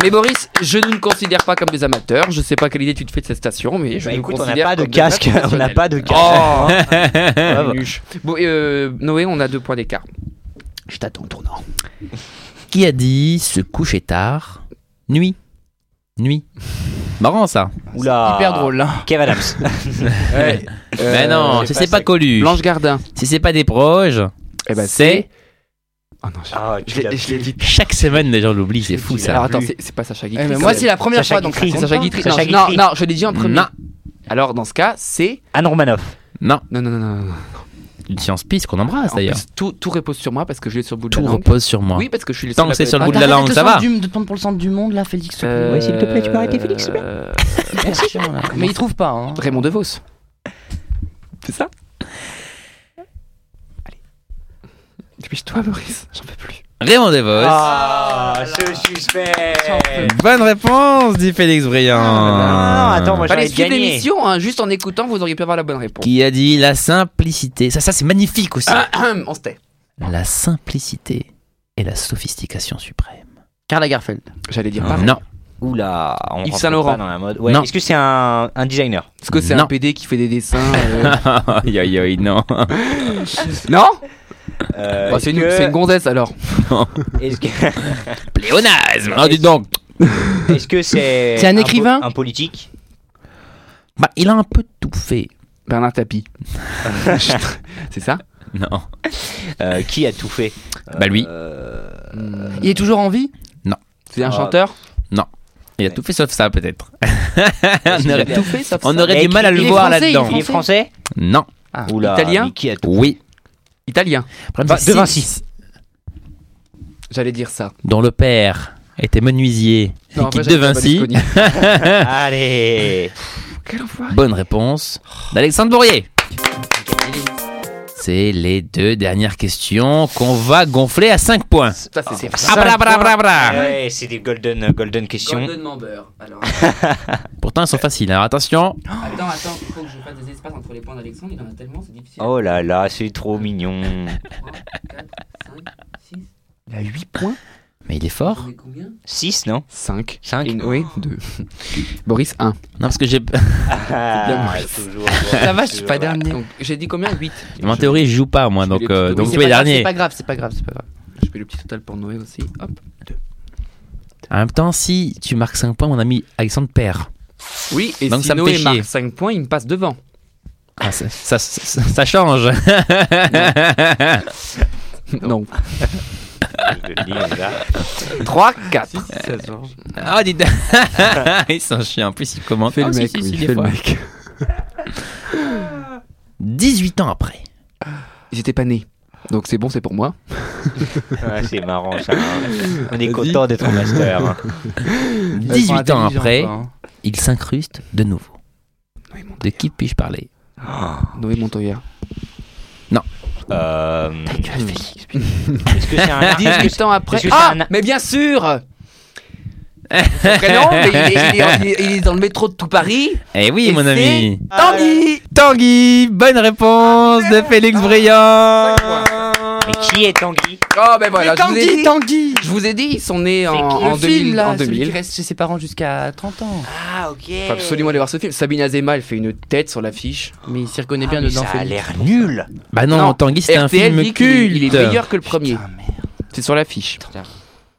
Speaker 3: Mais Boris, je ne nous considère pas comme des amateurs. Je sais pas quelle idée tu te fais de cette station, mais je
Speaker 2: Bah,
Speaker 3: nous
Speaker 2: écoute, on n'a
Speaker 3: considère
Speaker 2: pas de
Speaker 3: comme des
Speaker 2: casque. On n'a
Speaker 3: professionnels.
Speaker 2: pas de casque.
Speaker 3: Oh
Speaker 2: Bravo.
Speaker 3: nuche. Bon, et, euh, Noé, on a deux points d'écart.
Speaker 2: Je t'attends au tournant.
Speaker 1: Qui a dit se coucher tard Nuit. Nuit. Marrant ça.
Speaker 2: Oula.
Speaker 4: Hyper drôle. hein.
Speaker 2: Kev Adams.
Speaker 1: Mais non,
Speaker 3: Euh,
Speaker 1: si
Speaker 2: c'est pas
Speaker 1: c'est euh, pas
Speaker 2: ça.
Speaker 1: Coluche,
Speaker 3: Blanche Gardin.
Speaker 1: si c'est pas des proches,
Speaker 3: Eh ben,
Speaker 1: c'est
Speaker 3: Oh non, je-
Speaker 2: Ah, tu
Speaker 3: je
Speaker 2: l'as
Speaker 3: l'ai- je l'ai
Speaker 2: plus.
Speaker 3: dit.
Speaker 1: chaque semaine les gens l'oublient, c'est fou ça.
Speaker 3: Alors attends,
Speaker 2: Plus.
Speaker 3: c'est c'est pas Sacha
Speaker 4: Eh,
Speaker 3: Guitry.
Speaker 4: mais
Speaker 3: ça.
Speaker 4: moi c'est la première
Speaker 2: Sacha
Speaker 4: fois donc.
Speaker 2: Guitry.
Speaker 4: ça
Speaker 3: C'est
Speaker 4: compte
Speaker 3: Sacha
Speaker 4: pas.
Speaker 3: Guitry.
Speaker 2: Sacha
Speaker 3: non,
Speaker 2: Guitry.
Speaker 3: non, je l'ai dit en premier.
Speaker 1: Non,
Speaker 3: Alors dans ce cas, c'est
Speaker 2: Anne Romanoff.
Speaker 1: non,
Speaker 3: non, non, non, non, non.
Speaker 1: une science piste qu'on embrasse
Speaker 3: En plus,
Speaker 1: d'ailleurs.
Speaker 3: tout, tout repose sur moi parce que je l'ai sur le bout de
Speaker 1: Tout
Speaker 3: la langue.
Speaker 1: repose sur moi.
Speaker 3: Oui, parce que je suis le
Speaker 1: Tant
Speaker 3: seul.
Speaker 1: que
Speaker 3: à
Speaker 1: c'est sur le
Speaker 3: connaître.
Speaker 1: bout de la
Speaker 4: Attends,
Speaker 1: langue,
Speaker 4: arrête
Speaker 1: ça
Speaker 4: le
Speaker 1: va.
Speaker 4: centre Du, de prendre pour le centre du monde là, Félix. s'il te plaît.
Speaker 3: Euh,
Speaker 2: Oui, s'il te plaît, tu peux arrêter, Félix, s'il te plaît
Speaker 3: euh,
Speaker 4: Merci, chiant, là. Mais il trouve pas. hein.
Speaker 3: Raymond DeVos. C'est ça Allez. Dépêche-toi, Maurice. J'en peux plus.
Speaker 1: Raymond Devos.
Speaker 2: Ah, ce suspect.
Speaker 1: Bonne réponse dit Félix Briand.
Speaker 2: Ah, non, non, attends, moi,
Speaker 3: Fallait
Speaker 2: j'aurais
Speaker 3: suivre
Speaker 2: gagné.
Speaker 3: l'émission, hein, juste en écoutant, vous auriez pu avoir la bonne réponse.
Speaker 1: Qui a dit la simplicité Ça, ça c'est magnifique aussi.
Speaker 3: On se tait.
Speaker 1: La simplicité est la sophistication suprême.
Speaker 4: Karl Lagerfeld.
Speaker 3: J'allais dire pareil.
Speaker 1: Non,
Speaker 2: Oula, on
Speaker 3: Yves
Speaker 2: rentre
Speaker 3: Saint-Laurent.
Speaker 2: pas dans la mode. Ouais,
Speaker 1: Non.
Speaker 2: Est-ce que c'est un, un designer
Speaker 3: Est-ce que c'est
Speaker 1: Non.
Speaker 3: un PD qui fait des dessins euh,
Speaker 1: aïe aïe aïe, non.
Speaker 3: Non
Speaker 2: Euh,
Speaker 3: Bah,
Speaker 2: est-ce
Speaker 3: C'est une,
Speaker 2: que-
Speaker 3: c'est une gonzesse alors.
Speaker 2: Est-ce que
Speaker 1: Pléonasme. Ah, dis donc.
Speaker 2: est-ce que c'est
Speaker 4: C'est un
Speaker 2: po-
Speaker 4: écrivain
Speaker 2: un politique
Speaker 1: Bah, il a un peu tout fait.
Speaker 3: Bernard Tapie. c'est ça
Speaker 1: Non.
Speaker 2: Euh, Qui a tout fait
Speaker 1: Bah, lui.
Speaker 2: Euh,
Speaker 4: Il est toujours en vie
Speaker 3: C'est un
Speaker 2: Ah.
Speaker 3: chanteur
Speaker 1: Il a tout fait sauf ça peut-être.
Speaker 2: Est-ce
Speaker 1: on
Speaker 2: qu'il
Speaker 1: aurait,
Speaker 2: a tout fait
Speaker 4: sauf
Speaker 1: on
Speaker 4: ça.
Speaker 1: aurait du
Speaker 2: Il
Speaker 1: mal à le
Speaker 4: est
Speaker 1: voir
Speaker 4: français, il est
Speaker 1: là-dedans.
Speaker 2: Il est français
Speaker 1: Non.
Speaker 3: Ah,
Speaker 2: Oula,
Speaker 3: Italien
Speaker 2: mais qui a tout
Speaker 1: Oui.
Speaker 3: Italien.
Speaker 2: Bah, de Vinci.
Speaker 3: J'allais dire ça.
Speaker 1: Dont le père était menuisier
Speaker 3: Non,
Speaker 1: et
Speaker 3: en
Speaker 1: qui
Speaker 3: vrai,
Speaker 1: de
Speaker 3: j'allais dire
Speaker 1: Vinci.
Speaker 3: Berlusconi.
Speaker 1: Ah.
Speaker 2: Allez
Speaker 3: Quel enfoiré.
Speaker 1: Bonne réponse d'Alexandre Bourrier. C'est les deux dernières questions qu'on va gonfler à 5 points.
Speaker 3: Ça, c'est
Speaker 2: Ah,
Speaker 1: Ah, bra, bra, bra, bra.
Speaker 2: Ouais, c'est des golden euh, golden questions.
Speaker 3: member. Alors,
Speaker 1: Pourtant, elles sont faciles. Alors attention,
Speaker 3: attends, attends, il faut que je fasse des espaces entre les points d'Alexandre. Il en a tellement, c'est difficile.
Speaker 2: Oh là là, c'est trop mignon.
Speaker 3: Il a 8 points
Speaker 1: mais il est fort.
Speaker 2: 6, non
Speaker 3: 5.
Speaker 2: 5
Speaker 3: Oui, 2. Boris, 1.
Speaker 1: Non, parce que j'ai.
Speaker 2: Ah, toujours.
Speaker 4: Ça va, je suis pas dernier.
Speaker 3: Donc, j'ai dit combien 8.
Speaker 1: En théorie, je joue pas moi, donc, euh,
Speaker 3: Oui,
Speaker 1: donc
Speaker 4: C'est
Speaker 1: tu
Speaker 4: pas
Speaker 1: es
Speaker 4: grave,
Speaker 1: dernier.
Speaker 4: C'est pas grave, c'est pas grave, c'est pas grave.
Speaker 3: Je fais le petit total pour Noé aussi. Hop.
Speaker 1: En même temps, si tu marques 5 points, mon ami Alexandre perd.
Speaker 3: Oui, et
Speaker 1: Donc
Speaker 3: si
Speaker 1: ça me fait
Speaker 3: Noé
Speaker 1: chier.
Speaker 3: marque 5 points, il me passe devant.
Speaker 1: Ah, ça, ça- ça- ça change.
Speaker 3: Non.
Speaker 2: Je le dis, les gars.
Speaker 3: 3, 4.
Speaker 1: Ah, dis donc. Ils sont chiants. En plus, ils commentent.
Speaker 3: Fais
Speaker 1: Ah,
Speaker 3: le
Speaker 1: si,
Speaker 3: mec,
Speaker 1: si,
Speaker 3: oui,
Speaker 1: si, des
Speaker 3: fais le
Speaker 1: fois.
Speaker 3: mec.
Speaker 1: 18 ans après.
Speaker 3: Ils étaient pas nés. Donc c'est bon, c'est pour moi.
Speaker 2: Ah, c'est marrant ça. hein. On est
Speaker 3: Vas-y.
Speaker 2: content d'être en master. hein.
Speaker 1: 18 ans après,
Speaker 4: hein.
Speaker 1: il s'incruste de nouveau.
Speaker 3: Oui, mon
Speaker 1: De qui puis-je parler
Speaker 3: Noé Montoya.
Speaker 2: Euh, Est-ce que c'est un
Speaker 1: Dis-
Speaker 2: artiste
Speaker 3: Huit ans après.
Speaker 2: Est-ce que c'est
Speaker 3: Ah
Speaker 2: un-
Speaker 3: Mais bien sûr son prénom, mais il est, il est- il est- il est dans le métro de tout Paris.
Speaker 1: Eh oui,
Speaker 3: Et
Speaker 1: mon
Speaker 3: c'est
Speaker 1: ami.
Speaker 4: Ah
Speaker 3: Tanguy
Speaker 1: Tanguy, bonne réponse de Félix Briand.
Speaker 2: Mais qui est Tanguy
Speaker 3: Oh, ben voilà, je vous ai
Speaker 4: Tanguy,
Speaker 3: dit.
Speaker 4: Tanguy
Speaker 3: Je vous ai dit, ils sont nés en,
Speaker 2: qui,
Speaker 3: en
Speaker 4: Le
Speaker 3: 2000.
Speaker 4: film, là,
Speaker 3: en
Speaker 4: celui
Speaker 3: 2000.
Speaker 4: qui reste chez ses parents jusqu'à 30 ans.
Speaker 2: Ah, ok.
Speaker 3: Faut absolument aller voir ce film. Sabine Azema, elle fait une tête sur l'affiche.
Speaker 4: Mais il s'y reconnaît
Speaker 2: Ah,
Speaker 4: bien
Speaker 2: mais
Speaker 4: dedans.
Speaker 2: ça a
Speaker 4: Félix.
Speaker 2: l'air nul.
Speaker 1: Bah non,
Speaker 3: Non,
Speaker 1: Tanguy, c'était un
Speaker 3: RTL
Speaker 1: film
Speaker 3: dit qu'il est-
Speaker 1: culte.
Speaker 3: Il est meilleur que le premier.
Speaker 4: Putain, merde.
Speaker 3: C'est sur l'affiche.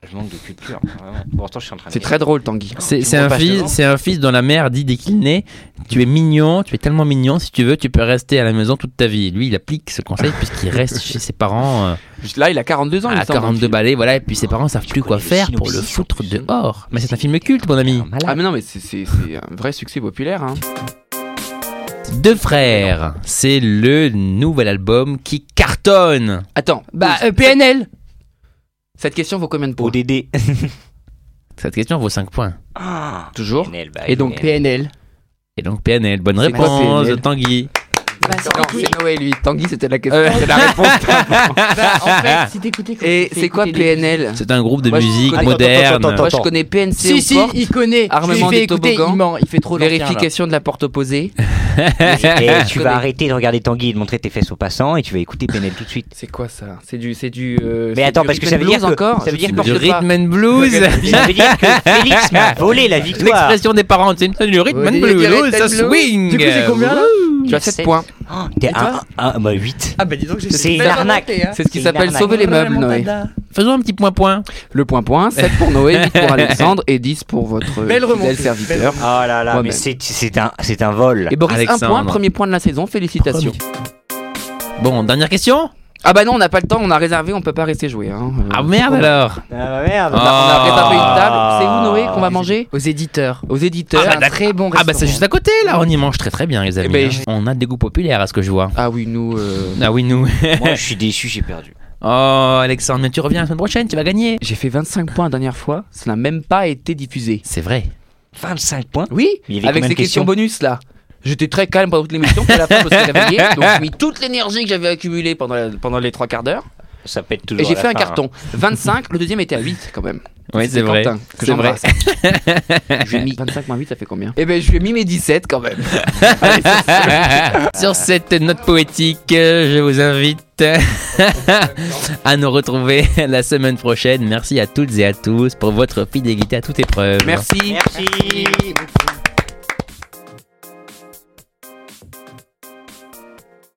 Speaker 2: Je manque de culture. vraiment. Pourtant, je suis en train de.
Speaker 3: C'est très drôle, Tanguy.
Speaker 1: C'est
Speaker 2: Tu
Speaker 1: c'est
Speaker 2: vois
Speaker 1: un
Speaker 2: pas
Speaker 1: fils,
Speaker 2: Jean
Speaker 1: c'est un fils dont la mère dit dès qu'il naît, tu es mignon, tu es tellement mignon, si tu veux, tu peux rester à la maison toute ta vie. Lui, il applique ce conseil puisqu'il reste chez ses parents euh,
Speaker 3: Juste Là, il a 42 ans. il me
Speaker 1: à
Speaker 3: semble, dans le
Speaker 1: 42
Speaker 3: film.
Speaker 1: balais, voilà, et puis ses parents savent plus quoi
Speaker 2: connais le
Speaker 1: faire pour le
Speaker 2: synopsis,
Speaker 1: foutre
Speaker 2: en plus.
Speaker 1: dehors. Mais c'est un film culte, mon ami.
Speaker 3: Ah, mais non, mais c'est- c'est c'est un vrai succès populaire. hein.
Speaker 1: Deux frères, c'est le nouvel album qui cartonne.
Speaker 3: Attends,
Speaker 4: Bah,
Speaker 3: bah,
Speaker 4: euh, PNL
Speaker 3: cette question vaut combien de points
Speaker 2: ODD.
Speaker 1: Cette question vaut 5 points.
Speaker 2: Ah,
Speaker 3: Toujours.
Speaker 2: PNL, bah,
Speaker 3: Et donc,
Speaker 2: PNL.
Speaker 4: PNL.
Speaker 1: Et donc PNL, bonne
Speaker 3: C'est quoi
Speaker 1: réponse,
Speaker 3: PNL?
Speaker 1: Tanguy.
Speaker 3: Non, c'est Noé, lui. Tanguy, c'était la question. c'est la réponse.
Speaker 4: en fait, si t'écoutais quand
Speaker 3: Et
Speaker 4: tu fais
Speaker 3: c'est quoi
Speaker 4: écouter les-
Speaker 3: PNL
Speaker 1: C'est un groupe de
Speaker 3: Moi, je
Speaker 1: musique
Speaker 3: connais-
Speaker 1: moderne.
Speaker 5: Attends, attends, attends,
Speaker 3: Moi, je
Speaker 5: Attends.
Speaker 3: connais PNC
Speaker 4: Si,
Speaker 3: aux
Speaker 4: si,
Speaker 3: portes,
Speaker 4: il connaît.
Speaker 3: Armement
Speaker 4: je lui
Speaker 3: des
Speaker 4: fais écouter,
Speaker 3: toboggans.
Speaker 4: il ment, il fait trop l'ancien, là.
Speaker 3: vérification de la porte opposée.
Speaker 2: Et
Speaker 3: Je
Speaker 2: tu
Speaker 3: connais.
Speaker 2: vas arrêter de regarder Tanguy et de montrer tes fesses aux passants et tu vas écouter PNL tout de suite.
Speaker 3: C'est quoi ça C'est du, c'est du.
Speaker 2: Mais attends, parce que ça veut dire que-
Speaker 3: encore.
Speaker 2: ça veut dire
Speaker 3: Je
Speaker 2: que-
Speaker 1: Du
Speaker 3: supporte pas.
Speaker 1: rhythm and blues.
Speaker 2: Ça veut dire que Félix m'a volé la victoire.
Speaker 1: L'expression des parents, c'est le rythme
Speaker 3: Ouais,
Speaker 1: and
Speaker 3: des-
Speaker 1: blues,
Speaker 3: des rhythm
Speaker 1: ça
Speaker 3: and blues.
Speaker 1: swing.
Speaker 3: Du coup, j'ai combien, là Tu as 7
Speaker 2: Sept.
Speaker 3: points.
Speaker 2: Oh, T'es un, un, un- bah 8.
Speaker 4: Ah bah dis donc, j'ai
Speaker 2: C'est une arnaque.
Speaker 4: hein.
Speaker 3: C'est ce qui
Speaker 2: C'est
Speaker 3: s'appelle
Speaker 2: une
Speaker 3: sauver les
Speaker 4: arnaque.
Speaker 3: meubles, Noé.
Speaker 1: Faisons un petit point point.
Speaker 3: Le point point, 7 pour Noé, 8 pour Alexandre et 10 pour votre
Speaker 4: Belle
Speaker 3: fidèle
Speaker 4: remontée.
Speaker 3: serviteur.
Speaker 2: Oh là là,
Speaker 3: Moi-même.
Speaker 2: mais c'est c'est un, c'est un vol.
Speaker 3: Et Boris, un
Speaker 1: Alexandre.
Speaker 3: point, premier point de la saison, félicitations.
Speaker 1: Bon, dernière question
Speaker 3: Ah bah non, on n'a pas le temps, on a réservé, on peut pas rester jouer. hein. Euh,
Speaker 1: Ah merde alors
Speaker 2: Ah merde.
Speaker 3: On a réservé une table,
Speaker 2: Ah.
Speaker 3: c'est où Noé qu'on va manger
Speaker 4: Aux éditeurs.
Speaker 3: Aux
Speaker 4: C'est
Speaker 3: éditeurs.
Speaker 1: Ah bah,
Speaker 4: un très bon
Speaker 1: Ah
Speaker 4: restaurant.
Speaker 1: bah c'est juste à côté là, on y mange très très bien les amis.
Speaker 3: ben,
Speaker 1: hein.
Speaker 3: je-
Speaker 1: On a des goûts populaires à ce que je vois.
Speaker 3: Ah oui, nous. euh,
Speaker 1: Ah oui nous.
Speaker 2: Moi, je suis déçu, j'ai perdu.
Speaker 1: Oh Alexandre, mais tu reviens la semaine prochaine, tu vas gagner.
Speaker 3: J'ai fait 25 points la dernière fois, ça n'a même pas été diffusé.
Speaker 1: C'est vrai.
Speaker 2: 25 points.
Speaker 3: Oui,
Speaker 2: Il y avait
Speaker 3: avec
Speaker 2: combien
Speaker 3: ces
Speaker 2: de
Speaker 3: questions
Speaker 2: questions
Speaker 3: bonus là. J'étais très calme pendant toute l'émission, puis à la fin, je me suis réveillé. Donc j'ai mis toute l'énergie que j'avais accumulée pendant, la- pendant les trois quarts d'heure.
Speaker 2: Ça pète toujours.
Speaker 3: Et j'ai
Speaker 2: à la
Speaker 3: fait un
Speaker 2: fin,
Speaker 3: carton. 25, le deuxième était à 8 quand même.
Speaker 1: hein. Oui
Speaker 3: C'était
Speaker 1: c'est vrai.
Speaker 3: Quentin, que
Speaker 1: C'est vrai.
Speaker 3: j'embrasse. je lui ai mis 25 moins 8, ça fait combien Eh ben je lui ai mis mes 17 quand même. Allez, ça, c'est-
Speaker 1: Sur cette note poétique, euh, je vous invite à nous retrouver la semaine prochaine. Merci à toutes et à tous pour votre fidélité à toute épreuve.
Speaker 3: Merci.
Speaker 2: Merci.